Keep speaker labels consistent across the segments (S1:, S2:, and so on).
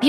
S1: 美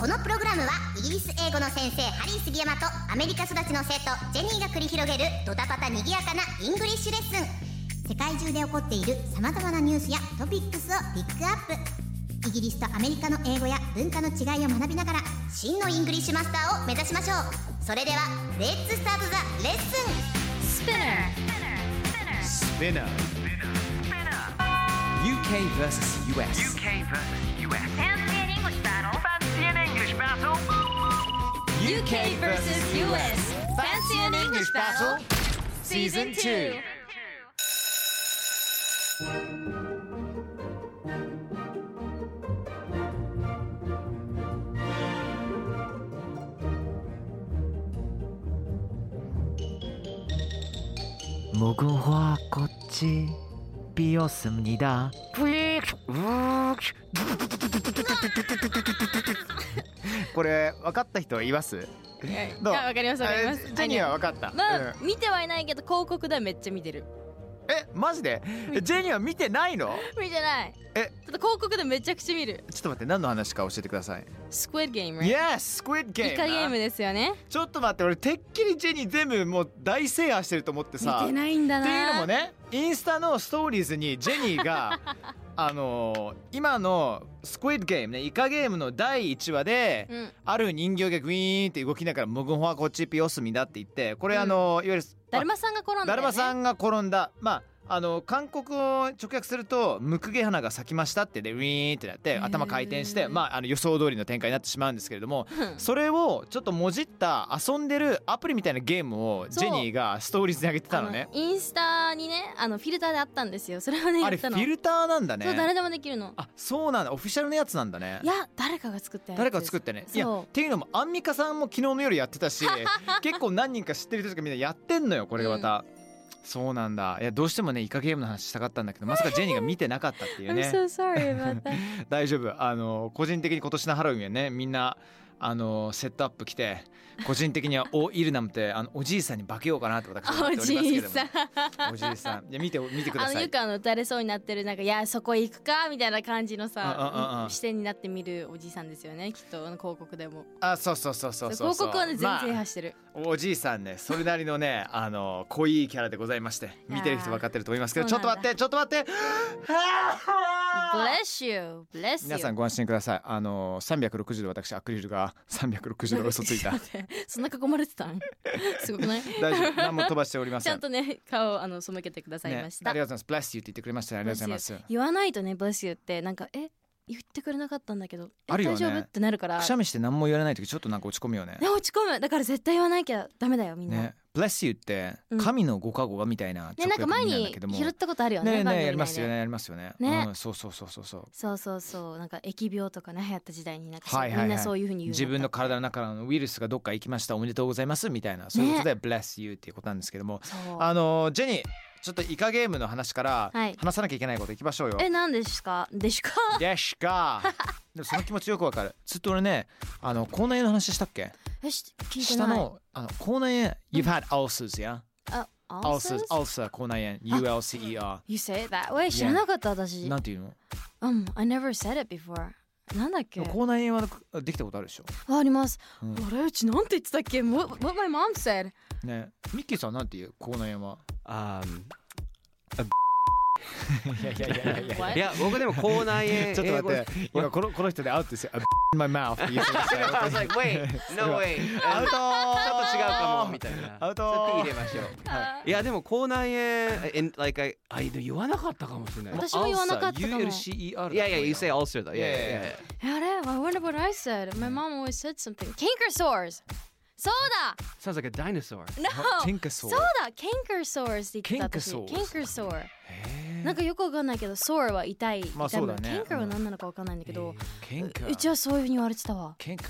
S2: このプログラムはイギリス英語の先生ハリー杉山とアメリカ育ちの生徒ジェニーが繰り広げるドタパタにぎやかなイングリッシュレッスン世界中で起こっているさまざまなニュースやトピックスをピックアップイギリスとアメリカの英語や文化の違いを学びながら真のイングリッシュマスターを目指しましょうそれではレッツスタートザレッスン
S3: Spinner. UK versus US.
S4: UK versus US. Fancy an English battle. Fancy an English battle.
S3: UK versus US.
S5: Fancy an English battle?
S3: Season 2.
S6: 무궁화 꽃이 피었습니다. 음.
S7: これ分かった人います
S5: い
S7: どう
S5: やわかりますわかります
S7: あジェニーは分かった、
S5: まあ
S7: うん、
S5: 見てはいないけど広告ではめっちゃ見てる
S7: えマジでえジェニーは見てないの
S5: 見てない
S7: え
S5: ちょっと広告でめちゃくちゃ見る
S7: ちょっと待って何の話か教えてください
S5: スクエッゲーム
S7: Yes! スクイッドゲーム
S5: イカゲームですよね
S7: ちょっと待って俺てっきりジェニー全部もう大制覇してると思って
S5: 見
S7: さ
S5: てないんだ
S7: っ
S5: な
S7: ていうのもねインスタのストーリーズにジェニー があのー今のスクイッドゲームねイカゲームの第1話で、
S5: うん
S7: ある人形がグイーンって動きながら「ムグホアコチピオスミだ」って言ってこれ
S5: うん
S7: あのー、いわゆる
S5: だるまさんが転んだよね
S7: だるまさんが転んだまああの韓国を直訳すると「ムクゲ花が咲きました」ってでウィーンってなって
S5: ー
S7: 頭回転して、まあ、あの予想通りの展開になってしまうんですけれども
S5: うん
S7: それをちょっともじった遊んでるアプリみたいなゲームを
S5: そ
S7: ジ
S5: う
S7: ェニーがストーリーズに上げてたのね
S5: あ。インスタにねあのフィルターであったんですよそれはね
S7: あ
S5: や
S7: れ
S5: っ
S7: フ
S5: たの
S7: ィルターなんだ
S5: そう誰
S7: ね。
S5: でもできるの
S7: あそうなんだオフィシャルのやつなんだね
S5: い。や誰かが作ったやつ
S7: 誰かが作ってね。いや
S5: そう
S7: っていうのもアンミカさんも昨日の夜やってた し結構何人か知ってる人とかみんなやってんのよこれがまた。そうなんだいやどうしてもねイカゲームの話したかったんだけどまさかジェニーが見てなかったって いう
S5: I'm
S7: ね
S5: so sorry about that
S7: 大丈夫あの個人的に今年のハロウィンはねみんなあのセットアップ来て個人的にはおいるなんてあのおじいさんに化けようかなって私は
S5: お
S7: 思っております
S5: じ
S7: け
S5: い
S7: ども
S5: さん
S7: おじいさんいや見て見てくだ
S5: あ
S7: さ
S5: の
S7: い
S5: よくあの打たれそうになってるなんかいやそこ行くかみたいな感じの
S7: うんうんうんう
S5: さ
S7: ん
S5: 視点になってみるおじさんですよねきっとあの広告でも
S7: あそうそうそうそうそう
S5: 広告はね全然
S7: まあ
S5: 発してる、
S7: おじいさんねそれなりのねあの濃いキャラでございまして見てる人分かってると思いますけど
S5: い
S7: ち
S5: や
S7: ょっ
S5: ー
S7: と待ってちょっと待ってあー
S5: Bless you Bless you
S7: 皆さんご安心くださいあの360度私アクリルが360度嘘つい た
S5: そんな囲まれてたん すごくない
S7: 大丈夫何も飛ばしておりま
S5: ち
S7: せ
S5: ゃ
S7: ん
S5: んとね顔をあの背けてください
S7: ねあり
S5: ま
S7: が
S5: した、
S7: とうございます。ブレスユーって言ってくれましたね。ありがとうございます。
S5: 言わないとね Bless you ってなんかえ言ってくれなかったんだけどえ
S7: あるよね
S5: 大丈夫ってなるから
S7: くしゃみして何も言われない時ちょっとなんか落ち込むよね
S5: ね。落ち込むだから絶対言わなきゃダメだよみんな
S7: ね、ブレスユーって
S5: うん
S7: 神のご加護がみたいな
S5: ね
S7: 直
S5: なん
S7: 訳
S5: か
S7: になる
S5: 前
S7: んだ
S5: に
S7: けども。
S5: 拾ったことあるよね
S7: ねえ
S5: 番組
S7: ねえ
S5: 内
S7: や
S5: で
S7: りますよねやりますよね。
S5: ね
S7: うん、そうそうそうそうそう。
S5: そうそうそうなんか疫病とかね流行った時代になんかそう、
S7: はいはいはい
S5: みんなそういうふうに言うよう
S7: 自分
S5: に
S7: の
S5: なったって
S7: 体の中のウイルスがどっか行きましたおめでとうございますみたいなそういうことで「bless you」っていうことなんですけども、
S5: そう
S7: あのジェニーちょっとイカゲームの話から
S5: はい
S7: 話さなきゃいけないこといきましょうよ。
S5: え何ですかで すか
S7: でし かでもその気持ちよくわかるずっと俺ねあの口内炎の話したっけ
S5: えし聞いて
S7: 下
S5: ない
S7: のあの口内炎「You've had ulcers や
S5: あ
S7: ulcers
S5: ulcers
S7: ulcer 口内炎 ULCER
S5: You say it that way 知らなかった私
S7: なんていうの
S5: Um I never said it before なんだっけ
S7: でも口内炎はできたことあるでしょ
S5: ああります、
S7: うん
S5: あれうちなんて言ってたっけ What, what my mom said
S7: ねミッキーさんなんていう口内 炎は
S4: Um,
S7: いやいやいやいや
S5: What?
S4: いや僕でも口内炎
S7: ちょっと待っ
S4: 英
S7: て今このこの人でアウトですよ A in my mouth って言ってましたよ
S4: 語 I was like, wait, no way.
S7: アウト
S4: ちょっと違うかもみ
S7: たい
S4: たいな。
S7: アウト
S4: ちょっと入れましょう。いやでも口内炎 and like I, I 言わなかったかもしれない。
S5: 私も言わなかったかも
S7: ULCER
S4: いやいや you say ulcer だ。いやいやいや。
S5: えあれ I wonder what I said my mom always said something canker sores そうだ
S4: Sounds like a dinosaur.
S5: No
S7: テンカソ
S5: そううだ canker sores って言ってた私
S7: Canker sores
S5: canker sore
S7: え
S5: なんかよくわかんないけど、ソアは痛い。
S7: まあ
S5: 痛
S7: そ
S5: む
S7: うだね
S5: ケンカは何なのかわかんないんだけど、
S7: ケンカ
S5: うちはそういうふうに言われてたわ。
S7: ケンカ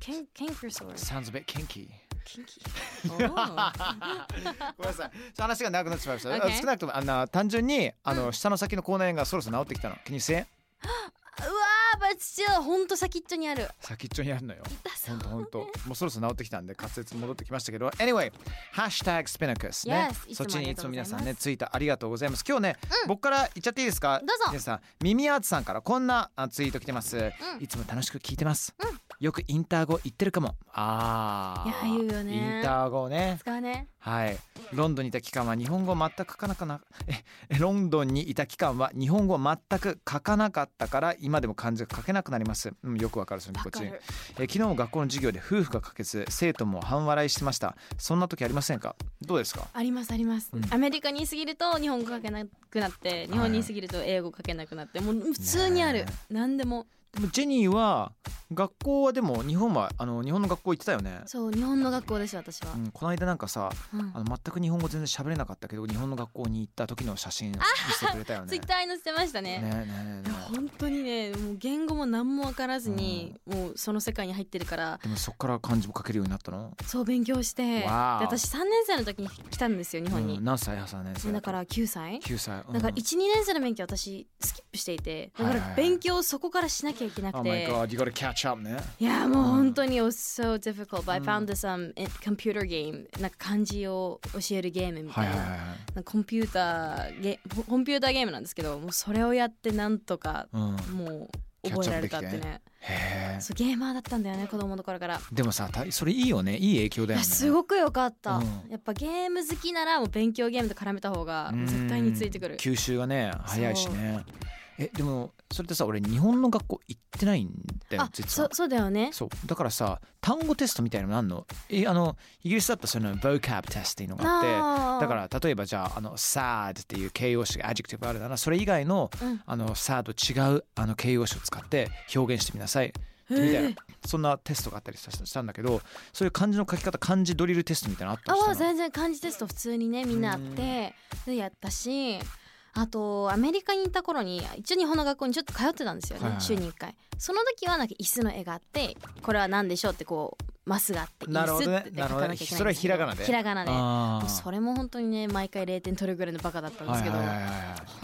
S5: ケンケンカソア。
S7: sounds a bit kinky
S5: キンキ。
S7: ごめんなさいちょっと話が長くなってしまいました、
S5: Okay
S7: 少なくともあの単純にあの、下の先の口内炎がそろそろ治ってきたの気にせん
S5: うわー、バチチほんと先っちょにある。
S7: 先っちょにあるのよ
S5: 痛そ
S7: ほ
S5: うん
S7: とほんともうそろそろ治ってきたんで滑舌戻ってきましたけど Anyway ハッシュタグスペナクスね
S5: Yes いつ
S7: そ
S5: も
S7: っちにいつも皆さん
S5: あり
S7: ね
S5: がとうございます
S7: ツイートありがとうございます今日ね、僕から言っちゃっていいですか
S5: どうぞ
S7: 皆さん耳アーツさんからこんなあツイート来てます、いつも楽しく聞いてます、よくインター語言ってるかもあー
S5: いや言うよね
S7: インター語ね
S5: 使うね。
S7: はいロンドンにいた期間は日本語全く書かなかなええロンドンにいた期間は日本語全く書かなかったから今でも漢字が書けなくなります、うん、よくわかるその気持
S5: わか
S7: ち
S5: る。
S7: えー昨日も学校の授業で夫婦が可決生徒も半笑いしてましたそんな時ありませんかどうですか
S5: ありますあります、
S7: うん
S5: アメリカにいすぎると日本語書けなくなって日本にいすぎると英語書けなくなってもう普通にある、
S7: ね
S5: 何でも
S7: でもジェニーは学校はでも日本はあの日本の学校行ってたよね、
S5: そう日本の学校です私は
S7: う、ん、この間なんかさ
S5: うん
S7: あの全く日本語全然喋れなかったけど日本の学校に行った時の写真見せてくれたよね
S5: ツイッターに載せてました
S7: ね
S5: ね
S7: ねね
S5: い
S7: ね
S5: や本当にねもう言語も何も分からずに、もうその世界に入ってるから
S7: でもそっから漢字も書けるようになったの
S5: そう勉強してで
S7: わお
S5: 私3年生の時に来たんですよ日本に、
S7: うん何歳朝ね
S5: だから9歳
S7: 9歳、うん
S5: だから12年生の免許私スキップしていてだか
S7: はいはいは
S5: ら
S7: い
S5: 勉強をそこからしなきゃいけなく
S7: Oh
S5: て、
S7: my god you gotta catch up ね
S5: いやもう本当に it was so difficult. But I found this um in- computer game なんか漢字を教えるゲームみた
S7: はいい
S5: な
S7: はいはい
S5: な、んかコンピューターゲコンピューターゲームなんですけど、もうそれをやってなんとか
S7: はい、うん、
S5: もう
S7: キャッ
S5: 覚
S7: チ
S5: え
S7: ア
S5: ら
S7: ップで
S5: れ
S7: きて
S5: たってね。
S7: へえ
S5: そうゲーマーだったんだよね子供の頃から。
S7: でもさたそれいいよねいい影響
S5: い
S7: だよ
S5: や
S7: ね
S5: すごく良かった、
S7: うん
S5: やっぱゲーム好きならもう勉強ゲームと絡めた方が
S7: うん
S5: 絶対についてくる
S7: 吸収がね早いしねえでもそれってさ俺日本の学校行ってないんだよ
S5: あ
S7: 実
S5: そ
S7: は
S5: そうだよね
S7: そうだからさ単語テストみたいなのあんのえあのイギリスだったらそういうの vocab テストっていうのがあって
S5: あー
S7: だから例えばじゃああの sad っていう形容詞が adjective があるならそれ以外の、
S5: うん
S7: あの sad と違うあの形容詞を使って表現してみなさいみたいなそんなテストがあったりしたしたんだけどそういう漢字の書き方漢字ドリルテストみたいなのあった
S5: あ
S7: りした
S5: は
S7: の
S5: 全然漢字テスト普通にねみんなあってでやったしあとアメリカにいた頃に一応日本の学校にちょっと通ってたんですよね、
S7: はいはい
S5: 週に1回その時はなんか椅子の絵があってこれは何でしょうってこうマスがあって
S7: な
S5: 椅
S7: るほど
S5: 子
S7: ね
S5: って書かなきゃいけないんですけ
S7: なるほどねそ
S5: ど
S7: れはひらがなで
S5: ひらがなでも
S7: あー
S5: うそれも本当にね毎回0点取るぐらいのバカだったんで
S7: は
S5: す
S7: い
S5: けど、
S7: はいはいは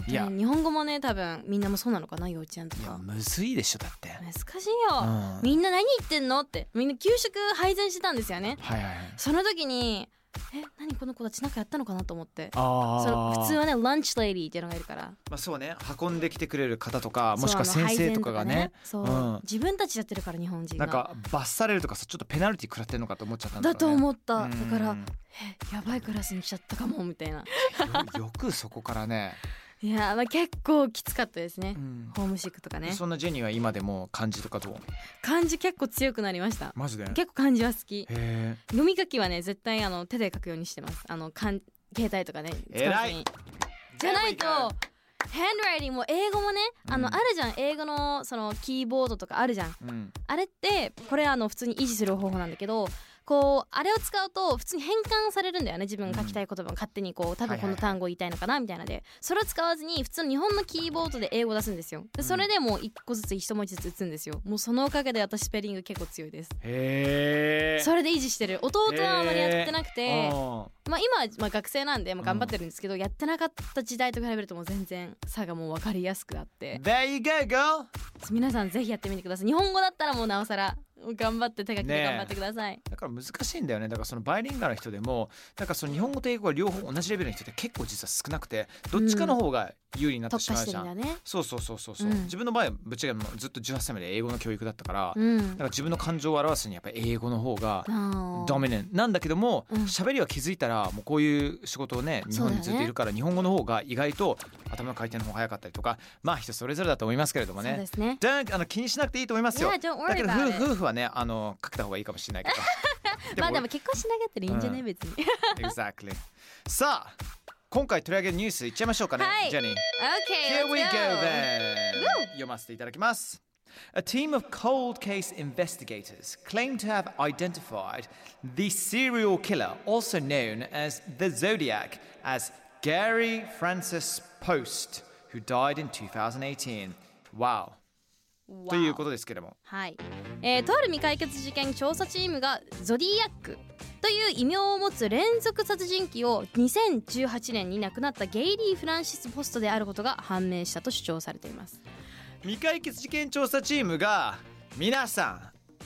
S7: いいや
S5: ね日本語もね多分みんなもそうなのかな幼稚園と
S7: いや
S5: か
S7: むずいでしょだって。
S5: 難しいうよ、
S7: ん
S5: みんな何言ってんのってみんな給食配膳してたんですよね
S7: はいはいはい。
S5: その時にえ何この子たちなんかやったのかなと思ってそ
S7: あ
S5: の
S7: あ。
S5: 普通はねランチレディーっていうのがいるから
S7: まあそうね運んできてくれる方とかもしくは
S5: そうあの
S7: 先生とかがね
S5: 配膳とかねそ
S7: う
S5: う、
S7: ん
S5: 自分たちでやってるから日本人が
S7: なんか罰されるとかさちょっとペナルティ食らってるのかと思っちゃったんだ
S5: だと思
S7: っ
S5: っただからえやばいクラスに来ちゃったかもみたいな
S7: よよくそこから ね。
S5: いやまあ結構きつかったですね
S7: う、ん
S5: ホームシックとかね
S7: そんなジェニーは今でも漢字とかどう？
S5: 漢字結構強くなりました
S7: マジで。へ
S5: 結構漢字は好き
S7: え。
S5: 読み書きはね絶対あの手で書くようにしてますあの漢携帯とかね使わずにじゃないとハンドライティングも英語もねあの、
S7: うん
S5: あるじゃん英語のそのキーボードとかあるじゃん
S7: うん。
S5: あれってこれあの普通に維持する方法なんだけどこうあれを使うと普通に変換されるんだよね自分が書きたい言葉を勝手にこう多分この単語言いたいのかなみたいなのでそれを使わずに普通の日本のキーボードで英語出すんですよでそれでもう一個ずつ一文字ずつ打つんですよもうそのおかげで私スペリング結構強いです
S7: へえ。
S5: それで維持してる弟はあまりやってなくて、
S7: うん
S5: まあ、今はまあ学生なんでまあ頑張ってるんですけど、やってなかった時代と比べるともう全然差がもう分かりやすくなって、
S7: There you go, girl.
S5: 皆さんぜひやってみてください日本語だったらもうなおさら頑張って手書き
S7: ねえ
S5: で頑張ってください、
S7: だから難しいんだよねだからそのバイリンガルの人でもだからその日本語と英語が両方同じレベルの人って結構実は少なくてどっちかの方が有利になって
S5: 特
S7: しま
S5: 化
S7: う
S5: し
S7: じ
S5: てる
S7: ゃ
S5: ん
S7: ん、
S5: だね
S7: そうそうそうそうそう、
S5: うん
S7: 自分の場合はぶっちゃけもうずっと18歳まで英語の教育だったから、だ
S5: うん
S7: から自分の感情を表すにやっぱり英語の方が
S5: あ
S7: ドミネントなんだけども
S5: うん
S7: 喋、りは気づいたらもうこういう仕事をね日本にずっといるから、日本語の方が意外と頭の回転の方が早かったりとかまあ人それぞれだと思いますけれども
S5: そうで
S7: ね
S5: すね
S7: じゃああの気にしなくていいと思いますよ
S5: Yeah,
S7: だ
S5: don't worry
S7: けど夫
S5: about it
S7: 夫婦はねあのかけた方がいいかもしれ ないけど
S5: まあでも結婚しなかったらいいんじゃない、
S7: うん
S5: 別に
S7: exactly さあ今回取り上げるニュースいっちゃいましょうかね、
S5: はい
S7: ジェニー
S5: OK
S7: Here we go
S5: let's
S7: then 読ませていただきます A team of cold case investigators claim to have identified the serial killer, also known as the Zodiac, as Gary Francis Post, who died in 2018. Wow. ということですけれども。
S5: はい、えーとある未解決事件調査チームがゾディアックという異名を持つ連続殺人鬼を2018年に亡くなったゲイリー・フランシス・ポストであることが判明したと主張されています
S7: 未解決事件調査チームが皆さ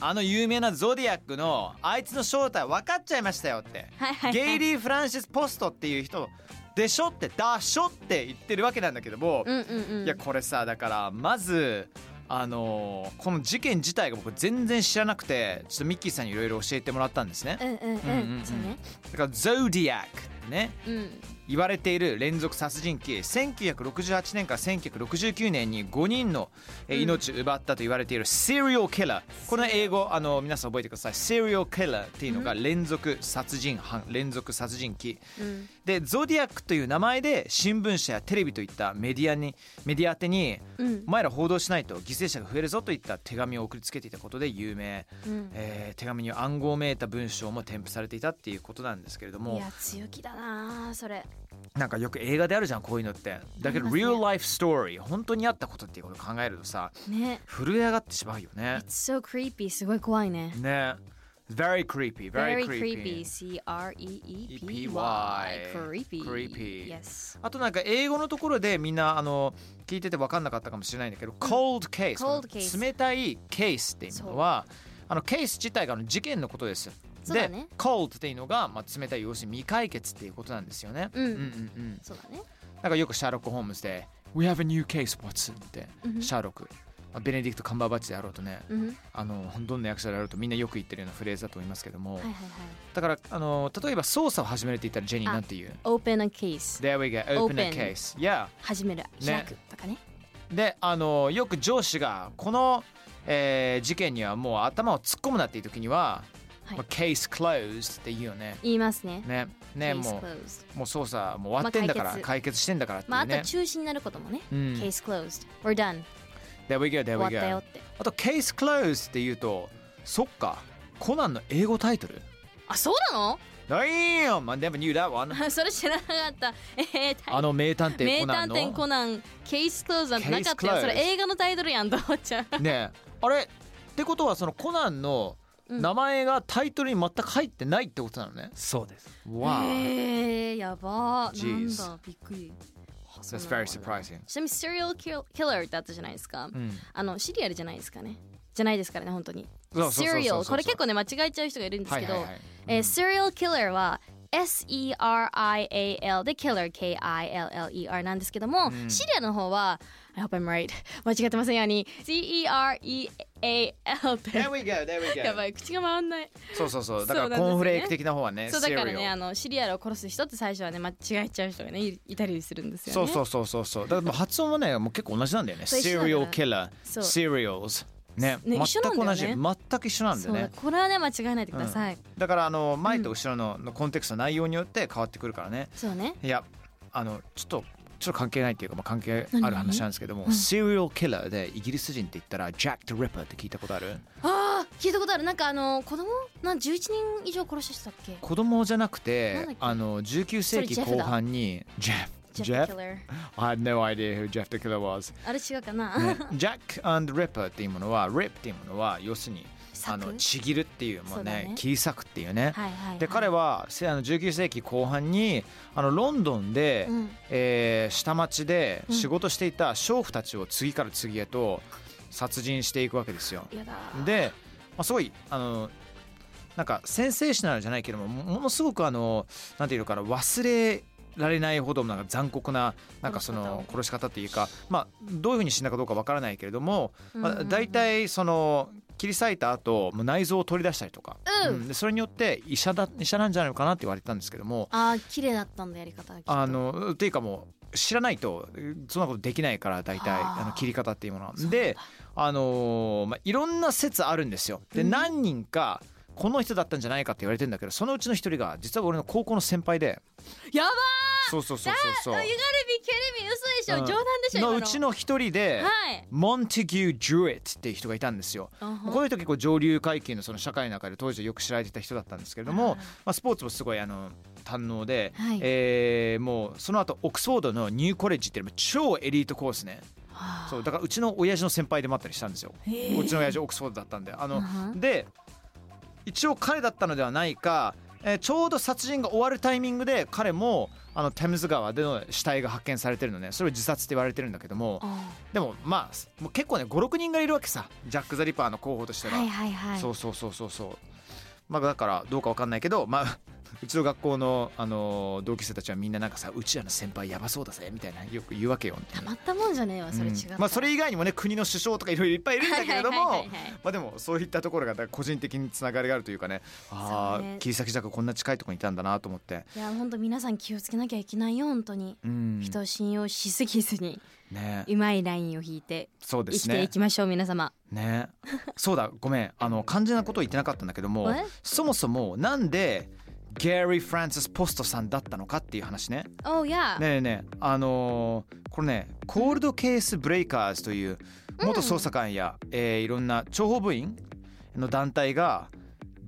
S7: んあの有名なゾディアックのあいつの正体分かっちゃいましたよって
S5: はいはいはい
S7: ゲイリー・フランシス・ポストっていう人でしょってだしょって言ってるわけなんだけども、
S5: うんうんうん
S7: いやこれさだからまずあのーこの事件自体が僕全然知らなくてちょっとミッキーさんにいろいろ教えてもらったんですね
S5: うんうん
S7: うんう
S5: うん
S7: んうん
S5: そうね
S7: だからゾディアックってね
S5: うん
S7: 言われている連続殺人鬼1968年から1969年に5人のえー
S5: うん
S7: 命を奪ったと言われている serial killer この英語あの皆さん覚えてください serial killer っていうのが連続殺人犯連続殺人鬼
S5: うん
S7: でゾディアックという名前で新聞社やテレビといったメディアにメディア宛てに
S5: うん
S7: お前ら報道しないと犠牲者が増えるぞといった手紙を送りつけていたことで有名、
S5: うん
S7: えー手紙には暗号をめいた文章も添付されていたっていうことなんですけれど
S5: い
S7: も
S5: や強気だなあそれ
S7: なんかよく映画であるじゃんこういうのってだけど
S5: ありますね
S7: real life story 本当にあったことっていうことを考えるとさ
S5: ね
S7: 震え上がってしまうよね
S5: It's so creepy すごい怖いね
S7: ね very creepy very
S5: Very
S7: creepy
S5: creepy C R E E P Y
S7: EPY
S5: creepy
S7: Creepy
S5: yes
S7: あとなんか英語のところでみんなあの聞いてて分かんなかったかもしれないんだけど、cold case,
S5: cold case
S7: 冷たいケースっていうのはあのケース自体があの事件のことです。
S5: そうだね
S7: で cold っていうのが、まあ、冷たい要するに未解決っていうことなんですよね。
S5: うん
S7: うんうん
S5: そうだね
S7: なんかよくシャーロック・ホームズで「We have a new case, Watson」って、
S5: うん
S7: シャーロック、まあベネディクト・カンバーバッチであろうとね、
S5: うんはい
S7: あのどんな役者であろうとみんなよく言ってるようなフレーズだと思いますけども、
S5: はいはい
S7: だからあの例えば捜査を始めるって言ったらジェニー
S5: あ
S7: なんていう
S5: Open a case
S7: There we go, open a
S5: Open
S7: case. Yeah.
S5: 始める開くとかね
S7: であのよく上司がこの、えー事件にはもう頭を突っ込むなっていう時には、
S5: はい
S7: まあ、case closed って言うよね。
S5: 言いますね
S7: ねね
S5: Case
S7: も
S5: closed
S7: うもう捜査もう終わってんだから、
S5: まあ
S7: 解
S5: 解
S7: 決
S5: 決
S7: してんだからって
S5: ま
S7: いう
S5: ああと
S7: ね
S5: は。中止になることもね
S7: うん
S5: Case closed we're done
S7: There we go, there
S5: 終わっ
S7: we
S5: たよっ
S7: go.
S5: て
S7: あと case closed って言うとそっかコナンの英語タイトル
S5: あそうな
S7: Damn! I never knew that one.
S5: の それ知らなかったえー
S7: あの名探偵
S5: 名
S7: コナン
S5: 探
S7: の。
S5: 偵コナンケースクローズなんてなかったよ
S7: Case closed
S5: それ映画のタイトルやんと思っちゃう
S7: ねえあれってことはそのコナンの
S5: うん
S7: 名前がタイトルに全く入ってないってことなのね。
S4: そうです。
S7: わあ。
S5: えー、やばー
S7: Jeez
S5: なんだびっくりあそう
S7: That's
S5: な
S7: very
S5: んだ
S7: surprising.
S5: ちなみに serial kill- killer ってあったじゃないですか、
S7: うん。
S5: あのシリアルじゃないですかねじゃないですからね本当に
S7: そうそうそうそうそう
S5: serial これ結構ね間違えちゃう人がいるんですけど、
S7: い
S5: えー serial killer は SERIAL で killer K-I-L-L-E-R なんですけども、
S7: うん
S5: シリアルの方は I hope I'm right 間違ってませんように C-E-R-E-A-L って
S7: There we go, there we go.
S5: やばい口が回んない
S7: そうそうそう。だ
S5: そう
S7: から
S5: なんですよね
S7: コーンフレーク的な方はね、
S5: そうだから
S7: cereal
S5: ねあのシリアルを殺す人って最初はね間違えちゃう人がねいいたりするんですよね
S7: そうそうそうそうそう。だからもう発音もね、もう結構同じなんだよね。
S5: そう一緒なんだ
S7: serial killer,
S5: そう
S7: serials。ね、
S5: ね一緒
S7: 全
S5: な
S7: く
S5: んだ
S7: 同
S5: よね
S7: じ、全く一緒なんだ
S5: そ
S7: よ
S5: う
S7: ね
S5: だ。これはね間違えないでください、
S7: だからあの前と後ろののコンテクストの内容によって変わってくるからね。
S5: そうね
S7: いや、あのちょっと。ちょっと関係ないっていうか、まあ、関係あ
S5: 何
S7: る
S5: 何
S7: 話なんですけども、
S5: うん
S7: serial killer でイギリス人って言ったら、ジャック・リッパーって聞いたことある
S5: ああ聞いたことあるなんかあの子供なん11人以上殺した人だっけ
S7: 子供じゃなく
S5: なん
S7: て
S5: だっけ
S7: あの19世紀
S5: それジェフ
S7: 後
S5: だ
S7: 半にジェフ
S5: ジェフ・キラー
S7: I had no idea who Jeff the Killer was、
S5: あれ違うかな、
S7: ね、Jack and Ripper っていうものは Rip っていうものは要するに
S5: サ
S7: あ
S5: ク
S7: のちぎるっていうも
S5: そううだ
S7: ね
S5: ね
S7: 切り裂くっていうね、
S5: はいはい、はい、
S7: で彼はせあの19世紀後半にあのロンドンで、
S5: うん
S7: えー下町で仕事していた娼婦たちを次から次へと殺人していくわけですよ。
S5: やだ
S7: で、まあ、すごいあのなんかセンセーショナルじゃないけどももものすごくあのなんていうのかな忘れられないほどなんか残酷ななんかその殺し方っていうか、まあ、どういうふうに死んだかどうかわからないけれども、まあ、大体その切り裂いた後もう内臓を取り出したりとか、
S5: うん
S7: でそれによって医者だ医者なんじゃないのかなって言われてたんですけども
S5: ああ綺麗だったんだやり方はきっと
S7: あのっていうかもう知らないとそんなことできないから大体
S5: はあ
S7: あの切り方っていうものは
S5: そうなんだ
S7: であのーまあ、いろんな説あるんですよ。で、
S5: うん
S7: 何人かこの人だったんじゃないかって言われてんだけどそのうちの一人が実は俺の高校の先輩で
S5: やば
S7: そうそうそうそうそう
S5: ゆがれびけれび嘘でしょ、
S7: うん
S5: 冗談でしょ今
S7: のうちの一人で、
S5: はい
S7: モンティギュー・ジュエットっていう人がいたんですよ。
S5: あは
S7: この人結構上流階級のその社会の中で当時よく知られてた人だったんですけれども、まあ、スポーツもすごいあの堪能で、
S5: はい
S7: えーもうその後オックスフォードのニューコレッジっていうのも超エリートコースね
S5: はあ
S7: そうだからうちの親父の先輩でもあったりしたんですよ。うちの親父オックスフォードだったんであ
S5: あ
S7: の
S5: は
S7: で一応彼だったのではないか、えーちょうど殺人が終わるタイミングで彼もあのテムズ川での死体が発見されてるのねそれを自殺って言われてるんだけども
S5: あ
S7: でもまあもう結構ね56人がいるわけさジャック・ザ・リパーの候補としては、
S5: はいはいはい
S7: そうそうそうそうそうまあだからどうかわかんないけどまあ うちの学校の、あのー同級生たちはみんななんかさうちらの先輩やばそうだぜみたいなよく言うわけよみた
S5: た
S7: い
S5: ま
S7: な
S5: ったもんじゃねえわそれ違う、
S7: うんまあそれ以外にもね国の首相とかいろいろいっぱいいるんだけれど
S5: はいは
S7: も
S5: いはいはい
S7: まあでもそういったところがだから個人的につながりがあるというかねああ、
S5: そうね
S7: 切り裂き坂こんな近いところにいたんだなと思って、
S5: いや本当皆さん気をつけなきゃいけないよ本当に、
S7: うん、
S5: 人を信用しすぎずに
S7: ね
S5: うまいラインを引いて
S7: そう
S5: 生
S7: です
S5: きてい
S7: ね
S5: きましょう、皆様
S7: ね そうだごめんあの肝心なことを言ってなかったんだけども
S5: What？
S7: そもそもなんでゲーリー・フランシス・ポストさんだったのかっていう話ね。
S5: おうや、
S7: ねえねえあのーこれねコールドケースブレイカーズという元捜査官や、えーいろんな諜報部員の団体が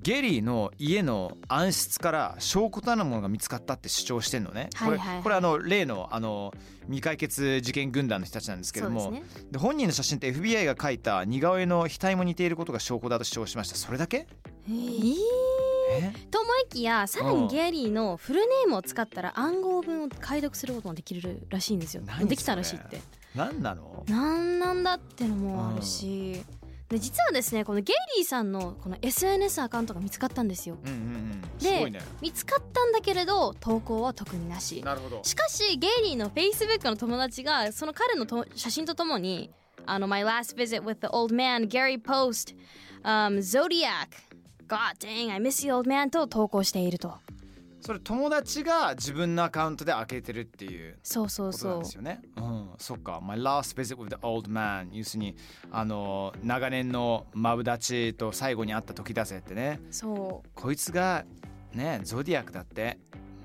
S7: ゲリーの家の暗室から証拠となるものが見つかったって主張してんのね。
S5: はいはいはい
S7: これこれあの例のあの未解決事件軍団の人たちなんですけ
S5: そ
S7: ど
S5: うで
S7: も
S5: すね
S7: で本人の写真って FBI が描いた似顔絵の額も似ていることが証拠だと主張しましたそれだけ
S5: えー
S7: え
S5: と思いきやさらにゲリーのフルネームを使ったら暗号文を解読することもできるらしいんですよ
S7: 何それ
S5: できたらしいって
S7: 何なの
S5: なんなんだってのもあるし、で実はですねこのゲイリーさんのこの SNS アカウントが見つかったんですよ
S7: うんうんうん
S5: です
S7: ごいね
S5: 見つかったんだけれど投稿は特になし
S7: なるほど
S5: しかしゲイリーの Facebook の友達がその彼のと写真とともにあの My last visit with the old man Gary Post、um, Zodiac God dang I miss you old man と投稿していると
S7: それ友達が自分のアカウントで開けてるっていう
S5: そうそう
S7: ことな
S5: そ
S7: ん
S5: う
S7: ですよねうんそっか My last visit with the old man 要するにあの長年のマブダチと最後に会った時だぜってね
S5: そ
S7: こいつがねゾディアックだって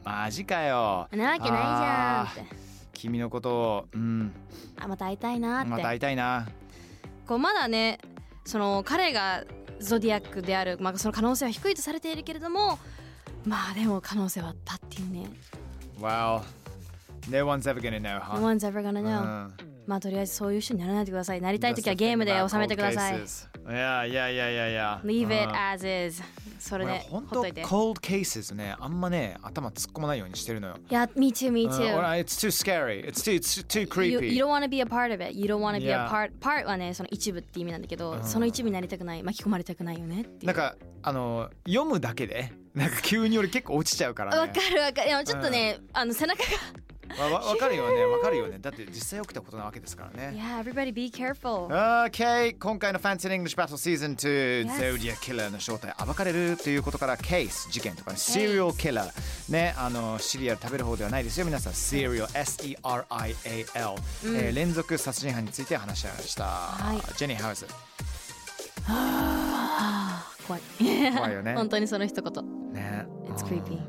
S7: マジかよ
S5: うなわけないじゃんって
S7: 君のことをうん
S5: あまた会いたいなって、
S7: また会いたいな
S5: こうまだねその彼がゾディアックである、まあ、その可能性は低いとされているけれどもまあでも可能性はあったっていうね
S7: Well, no one's ever gonna know,
S5: No
S7: huh?
S5: one's ever gonna
S7: う
S5: know、
S7: ん
S5: まあとりあえずそういう人にならないでくださいなりたい時はゲームで収めてください
S7: Yeah, yeah, yeah, yeah, yeah.
S5: Leave
S7: う
S5: it
S7: ん
S5: as is それ
S7: 俺
S5: で
S7: ほん
S5: ほっ
S7: と
S5: といて
S7: cold cases ね、あんまね、頭突っ込まないようにしてるのよ。
S5: いや me too me
S7: うん俺
S5: too
S7: it's too scary, it's too, it's too
S5: You,
S7: creepy.
S5: you don't want to be a part of it. You don't want to be a
S7: Yeah.
S5: part. Part はね、その一部って意味なんだけど、
S7: うん
S5: その一部になりたくない、巻き込まれたくないよねっていう。
S7: なんか、あの、読むだけで、なんか急に俺結構落ちちゃうからね。
S5: わかるわかる。でもちょっとね、あの背中が。
S7: わわわかるよね、わかるよね。だって実際起きたことなわけですからね。
S5: Yeah, everybody be careful.
S7: Okay 今回の Fancy in English Battle Season 2、
S5: Yes
S7: ゾディアキラーの正体暴かれるということからケース事件とかね Serial Killer ねあのシリアル食べる方ではないですよ皆さん Serial S-E-R-I-A-L、えー連続殺人犯について話し合いました、
S5: はい
S7: ジェニー・ハウス
S5: 怖い。
S7: 怖いよね
S5: 本当にその一言。
S7: ね
S5: It's creepy.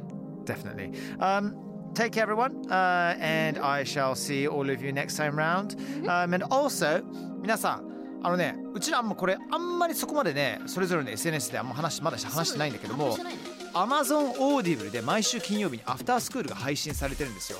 S7: Definitely. Um, take care, everyone. Uh, and I shall see all of you next time round. Um, and also, 皆さん、あのね、うちらもこれ、あんまりそこまでね、それぞれの SNS であんま話しまだし話してないんだけども
S5: そうだね発表してない、
S7: Amazon Audible で毎週金曜日にアフタースクールが配信されてるんですよ。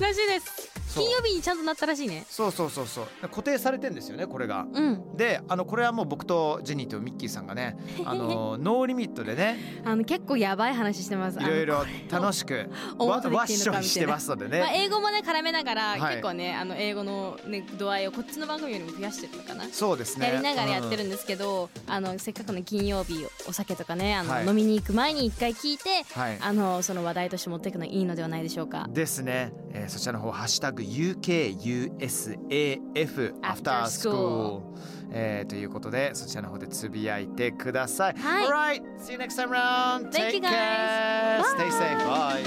S5: らしいです。
S7: そう
S5: 金曜日にちゃんとなったらしいね。
S7: そうそうそうそう。固定されてるんですよね、これが。
S5: うん。
S7: で、あのこれはもう僕とジェニーとミッキーさんがね、あ のノーリミットでね、
S5: あの結構やばい話してます。
S7: いろいろ
S5: あの
S7: 楽しく
S5: これを
S7: わ
S5: 表で
S7: わっ
S5: 言っていい
S7: し
S5: の
S7: ょ
S5: か
S7: い
S5: み
S7: した
S5: い
S7: て
S5: な
S7: ますのでね。
S5: まあ英語もね絡めながら、
S7: はい
S5: 結構ねあの英語のね度合いをこっちの番組よりも増やしてるのかな。
S7: そうですね。
S5: やりながらやってる
S7: うん
S5: んですけど、あのせっかくの金曜日お酒とかねあの、
S7: はい
S5: 飲みに行く前に一回聞いて、
S7: はい
S5: あのその話題として持っていくのいいのではないでしょうか。
S7: ですね、えー、そちらの方ハッシュタグ UKUSAF アフタースクール、えー、ということでそちらの方でつぶやいてください。
S5: はい
S7: Alright, see you next time round.
S5: Thank you,
S7: Take care.
S5: guys.
S7: Stay safe. Bye.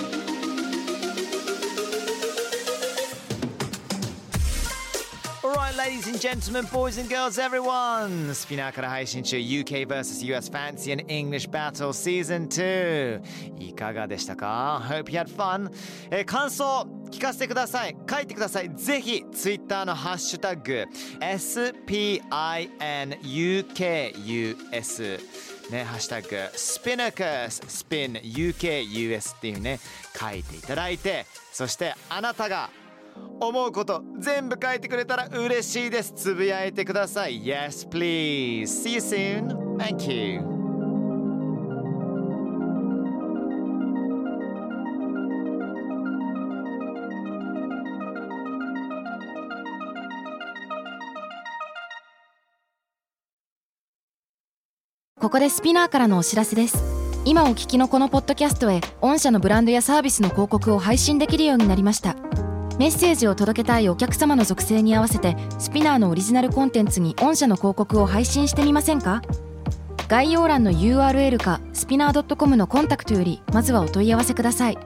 S7: Alright, right, ladies and gentlemen, boys and girls, everyone! スピナーから配信中 UK vs.US Fancy and English Battle Season 2! いかがでしたか ?Hope you had fun! えー感想聞かせてください書いてくださいぜひ Twitter のハッシュタグ SPINUKUS ね、ハッシュタグスピナカススピン UKUS っていうね書いていただいてそしてあなたが思うこと全部書いてくれたら嬉しいですつぶやいてください Yes please See you soon Thank you
S8: 「ここでスピナーからのお知らせです今お聞きのこのポッドキャストへ御社のブランドやサービスの広告を配信できるようになりましたメッセージを届けたいお客様の属性に合わせてスピナーのオリジナルコンテンツに御社の広告を配信してみませんか概要欄の URL かスピナー .com のコンタクトよりまずはお問い合わせください